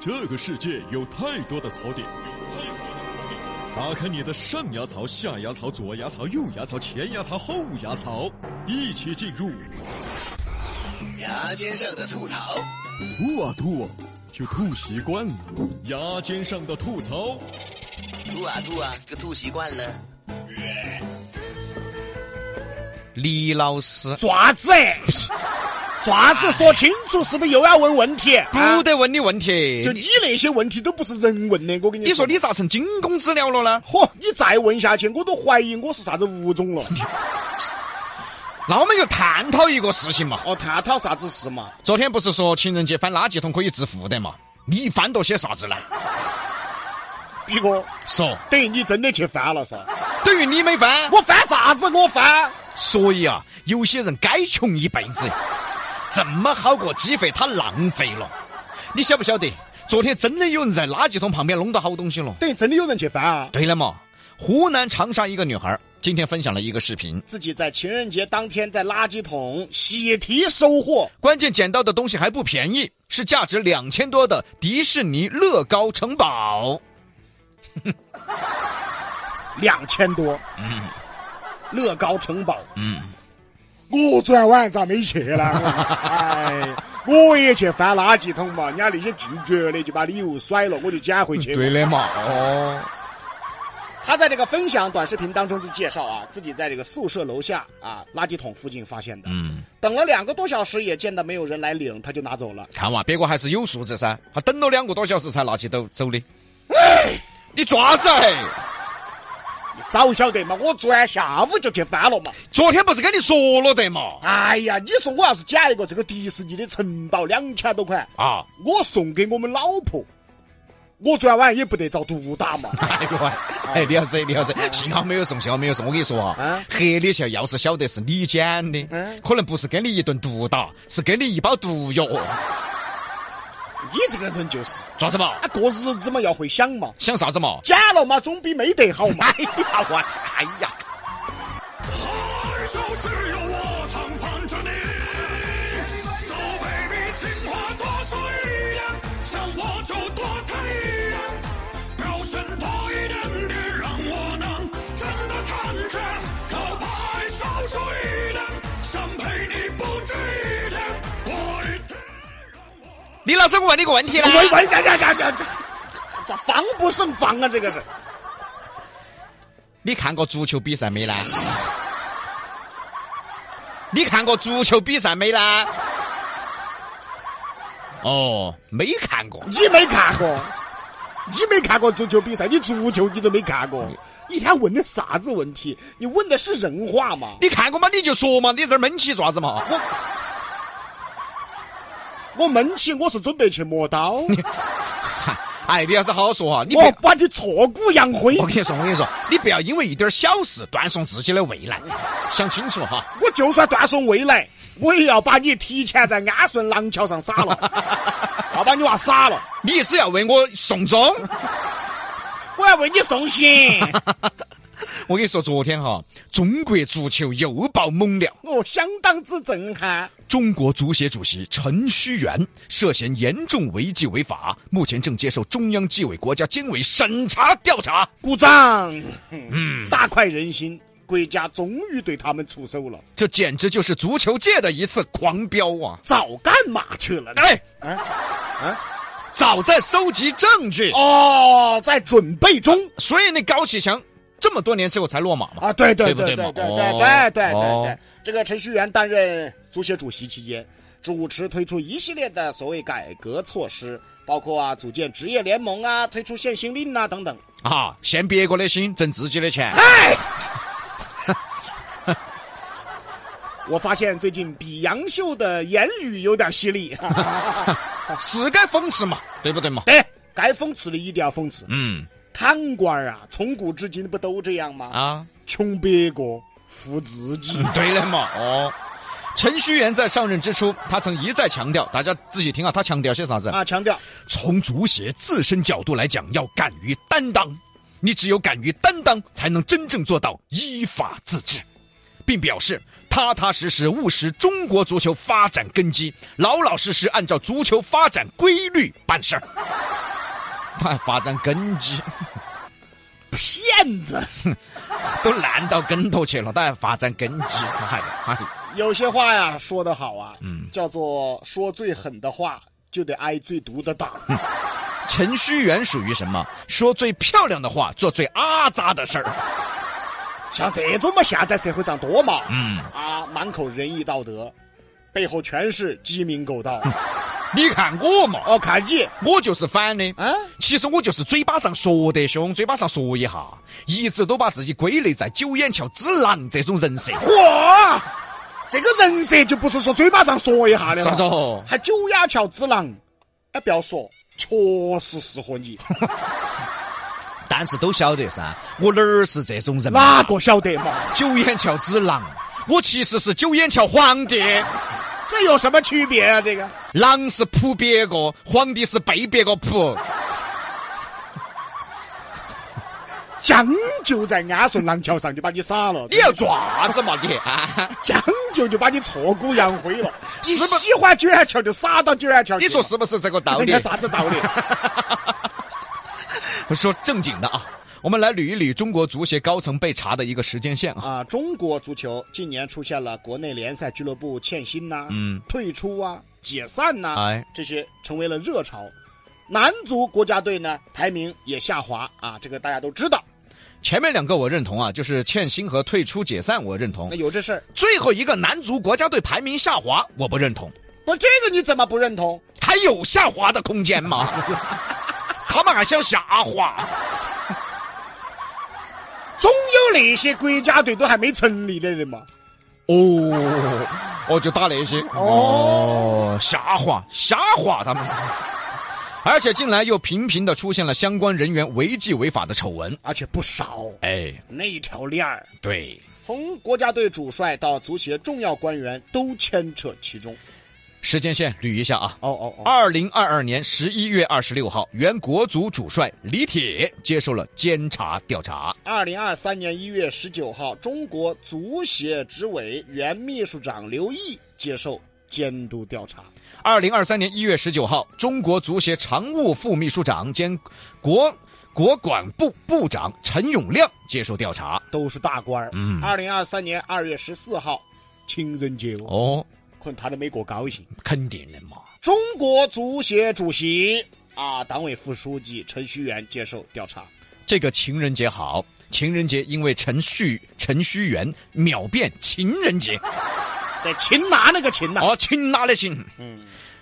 这个世界有太多的槽点。打开你的上牙槽、下牙槽、左牙槽、右牙槽、前牙槽、后牙槽，一起进入牙尖上的吐槽，吐啊吐啊，就吐习惯了。牙尖上的吐槽，吐啊吐啊，就吐习惯了。李老师爪子，爪子说清楚，是不是又要问问题？啊不得问你问题。就你那些问题都不是人问的，我跟你你说你咋成惊弓之鸟了呢？嚯！你再问下去，我都怀疑我是啥子 物种了。那我们就探讨一个事情嘛。哦，探讨啥子事嘛？昨天不是说情人节翻垃圾桶可以致富的嘛？你翻到些啥子呢？比哥，说，等于你真的去翻了噻？等于你没翻。我翻啥子？我翻？所以啊，有些人该穷一辈子，这么好个机会他浪费了。你晓不晓得？昨天真的有人在垃圾桶旁边弄到好东西了。等于真的有人去翻啊？对了嘛，湖南长沙一个女孩今天分享了一个视频，自己在情人节当天在垃圾桶喜提收获，关键捡到的东西还不便宜，是价值两千多的迪士尼乐高城堡。两千多。嗯，乐高城堡。嗯，我昨天晚上咋没去呢？ 哎，我也去翻垃圾桶嘛，人家那些拒绝的就把礼物甩了，我就捡回去。对的嘛，哦，他在这个分享短视频当中就介绍啊，自己在这个宿舍楼下啊垃圾桶附近发现的。嗯，等了两个多小时也见到没有人来领，他就拿走了。看嘛，别个还是有素质噻，他等了两个多小时才拿起走走的。你爪子哎！你早晓得嘛，我昨天下午就去翻了嘛。昨天不是跟你说了的嘛？哎呀，你说我要是捡一个这个迪士尼的城堡两千多块，啊，我送给我们老婆，我昨天晚上也不得遭毒打嘛。哎呦喂！哎，李老师，李老师，幸好没有送，幸好没有送。我跟你说啊啊，黑的时候要是晓得是你捡的，嗯可能不是给你一顿毒打，是给你一包毒药，你这个人就是。爪子嘛啊，？过日子嘛要会想嘛，想啥子嘛？捡了嘛总比没得好嘛。 哎呀，我哎呀！就是有我常伴着你。So baby，情话多说一点，想我就多看一眼，表现多一点，别让我能真的看见。可爱少说一点，想陪你不止一天，我一定让我。李老师，我问你个问题啦，喂哎喂，呀呀呀呀！这防不胜防啊，这个是。你看过足球比赛没呢？你看过足球比赛没呢？哦，没看过。你没看过，你没看过足球比赛，你足球你都没看过，你还问的啥子问题？你问的是人话吗？你看过吗？你就说嘛，你这儿闷起爪子嘛？我我闷起，我是准备去磨刀，哎，李老师，好好说哈、你不我要，把你挫骨扬灰我。跟你说，我跟你说，你不要因为一点小事断送自己的未来，想清楚哈。我就算断送未来，我也要把你提前在安顺廊桥上杀了， 要把你娃杀了，你是要为我送终？我要为你送行。我跟你说，昨天哈、中国足球又爆猛料。我相当之震撼。中国足协主席陈戌源涉嫌严重违纪违法，目前正接受中央纪委国家监委审查调查。鼓掌，嗯，大快人心，国家终于对他们出手了，这简直就是足球界的一次狂飙啊！早干嘛去了呢？哎，哎，早在收集证据，哦，在准备中所以那高启强这么多年之后才落马嘛。啊，对对对不对对嘛对对对哦对对对哦对，这个程序员担任足协主席期间。主持推出一系列的所谓改革措施，包括啊组建职业联盟啊，推出限薪令啊等等。啊，嫌别个的心，挣自己的钱。嗨，我发现最近比杨秀的言语有点犀利。是该讽刺嘛，对不对嘛？对，哎该讽刺的一定要讽刺。嗯贪官啊，从古至今不都这样吗？啊，穷别个，富自 己。对的嘛。哦，陈戌源在上任之初，他曾一再强调，大家自己听啊，他强调些啥子？啊，强调从足协自身角度来讲，要敢于担当。你只有敢于担当，才能真正做到依法自治，并表示踏踏实实务实中国足球发展根基，老老实实按照足球发展规律办事儿。他发展根基，骗子！ 都烂到跟头去了，他还发展根基，他还哎有些话呀说得好啊，嗯叫做说最狠的话就得挨最毒的打。 程序员属于什么？说最漂亮的话，做最阿扎的事儿。像这种嘛，现在社会上多嘛，嗯啊，满口仁义道德，背后全是鸡鸣狗盗。 你看我嘛，哦，看你我就是反的。啊，其实我就是嘴巴上说得凶，嘴巴上说一下，一直都把自己归类在九眼桥之狼这种人设。嚯，这个人设就不是说嘴巴上说一下的了，啥子哦还九眼桥之狼，哎，不要说，确实适合你，但是都晓得噻，我哪儿是这种人嘛？ 哪个晓得嘛？九眼桥之狼，我其实是九眼桥皇帝。这有什么区别啊？这个狼是扑别个，皇帝是被别个扑。将就在安顺廊桥上就把你杀了，你要爪子嘛你？啊 将就就把你挫骨扬灰了。 你是不喜欢九眼桥就杀到九眼桥去你嘛，说是不是这个道人理家？ 啥子道理？说正经的啊，我们来捋一捋中国足协高层被查的一个时间线啊。啊，中国足球近年出现了国内联赛俱乐部欠薪呐、嗯退出啊、解散呐、哎这些成为了热潮。男足国家队呢，排名也下滑啊，这个大家都知道。前面两个我认同啊，就是欠薪和退出解散我认同那，有这事儿，最后一个男足国家队排名下滑我不认同，不，这个你怎么不认同？还有下滑的空间吗？ 他们还想下滑？总有那些国家队都还没成立的人嘛。哦，哦，就打那些哦，瞎话瞎话他们。而且近来又频频的出现了相关人员违纪违法的丑闻。而且不少，哎，那一条链儿，对，从国家队主帅到足协重要官员都牵扯其中。时间线捋一下啊。哦哦哦，二零二二年十一月二十六号，原国足主帅李铁接受了监察调查。二零二三年一月十九号，中国足协执委原秘书长刘毅接受监督调查。二零二三年一月十九号，中国足协常务副秘书长兼国国管部部长陈永亮接受调查。都是大官儿。嗯二零二三年二月十四号，情人节哦，哦，可能他都没过高兴。肯定的嘛。中国足协主席啊，党委副书记程序员接受调查。这个情人节好，情人节因为程序程序员秒变情人 节，对，哎擒拿那个擒呐、哦，擒拿的擒。嗯，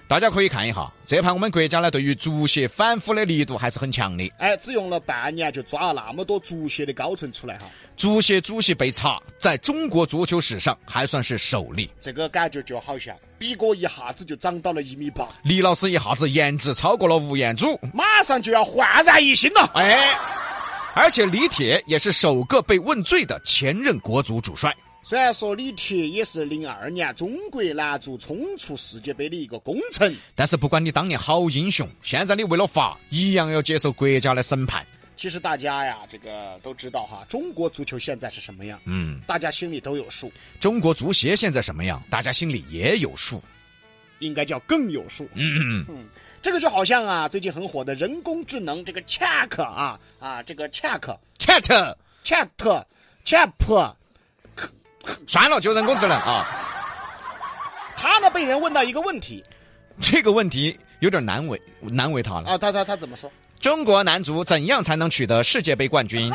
大家可以看一下，这盘我们国家呢对于足协反腐的力度还是很强的。哎，只用了半年就抓了那么多足协的高层出来哈，足协主席被查，在中国足球史上还算是首例。这个感觉就好像比哥一下子就长到了一米八，李老师一下子颜值超过了吴彦祖，马上就要焕然一新了。哎，而且李铁也是首个被问罪的前任国足主帅。虽然说李铁也是零二年中国男足冲出世界杯的一个功臣，但是不管你当年好英雄，现在你为了法一样要接受国家的审判。其实大家呀，这个都知道哈，中国足球现在是什么样，嗯，大家心里都有数，中国足协现在什么样，大家心里也有数。应该叫更有数。嗯，这个就好像啊，最近很火的人工智能这个 Chat 啊啊，这个 Chat chat， Chat Chat，算了，就人工智能啊。他呢被人问到一个问题这个问题有点难为难为他了。啊，他他他怎么说？中国男足怎样才能取得世界杯冠军？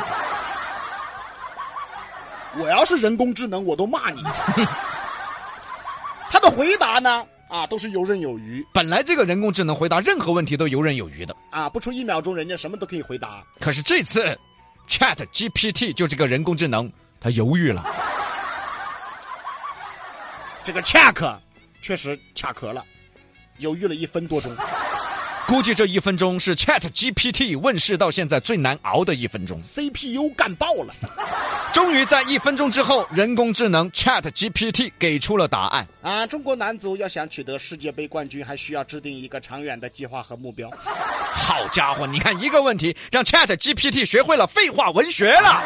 我要是人工智能，我都 骂你。他的回答呢啊，都是游刃有余本来这个人工智能回答任何问题都游刃有余的，啊，不出一秒钟人家什么都可以回答。可是这次 Chat GPT 就这个人工智能，它犹豫了。这个 Chat 确实卡壳了，犹豫了一分多钟。估计这一分钟是 Chat GPT 问世到现在最难熬的一分钟。 CPU 干爆了。终于在一分钟之后，人工智能 Chat GPT 给出了答案。啊，中国男足要想取得世界杯冠军，还需要制定一个长远的计划和目标。好家伙，你看一个问题让 Chat GPT 学会了废话文学了。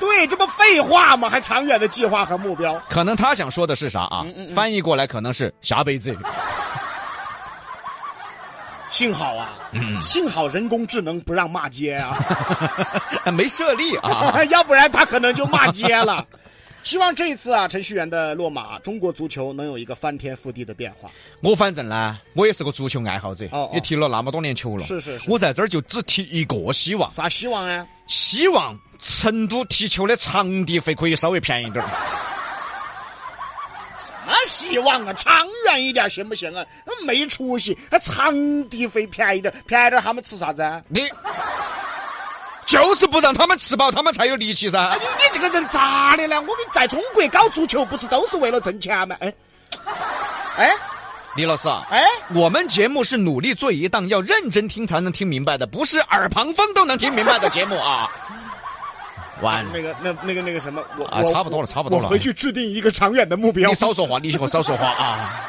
对，这不废话吗？还长远的计划和目标？可能他想说的是啥啊？翻译过来可能是啥杯子？幸好啊，幸好人工智能不让骂街啊。 没设立啊。 要不然他可能就骂街了。希望这一次啊，程序员的落马，中国足球能有一个翻天覆地的变化。我反正呢，我也是个足球爱好者哦哦，也踢了那么多年球了。是是是我在这儿就只提一个希望，啥希望啊？希望成都踢球的场地费可以稍微便宜点 儿。啊，希望啊，长远一点行不行啊？没出息，还场地费便宜点，便宜点他们吃啥子啊？你就是不让他们吃饱，他们才有力气噻哎，。你你这个人咋的呢？我们在中国搞足球，不是都是为了挣钱吗？哎，哎李老师啊，哎，我们节目是努力做一档要认真听才能听明白的，不是耳旁风都能听明白的节目啊。完了，那个那那个那个什么，我啊我差不多了差不多了我回去制定一个长远的目标你。少说话，你以后少说话啊。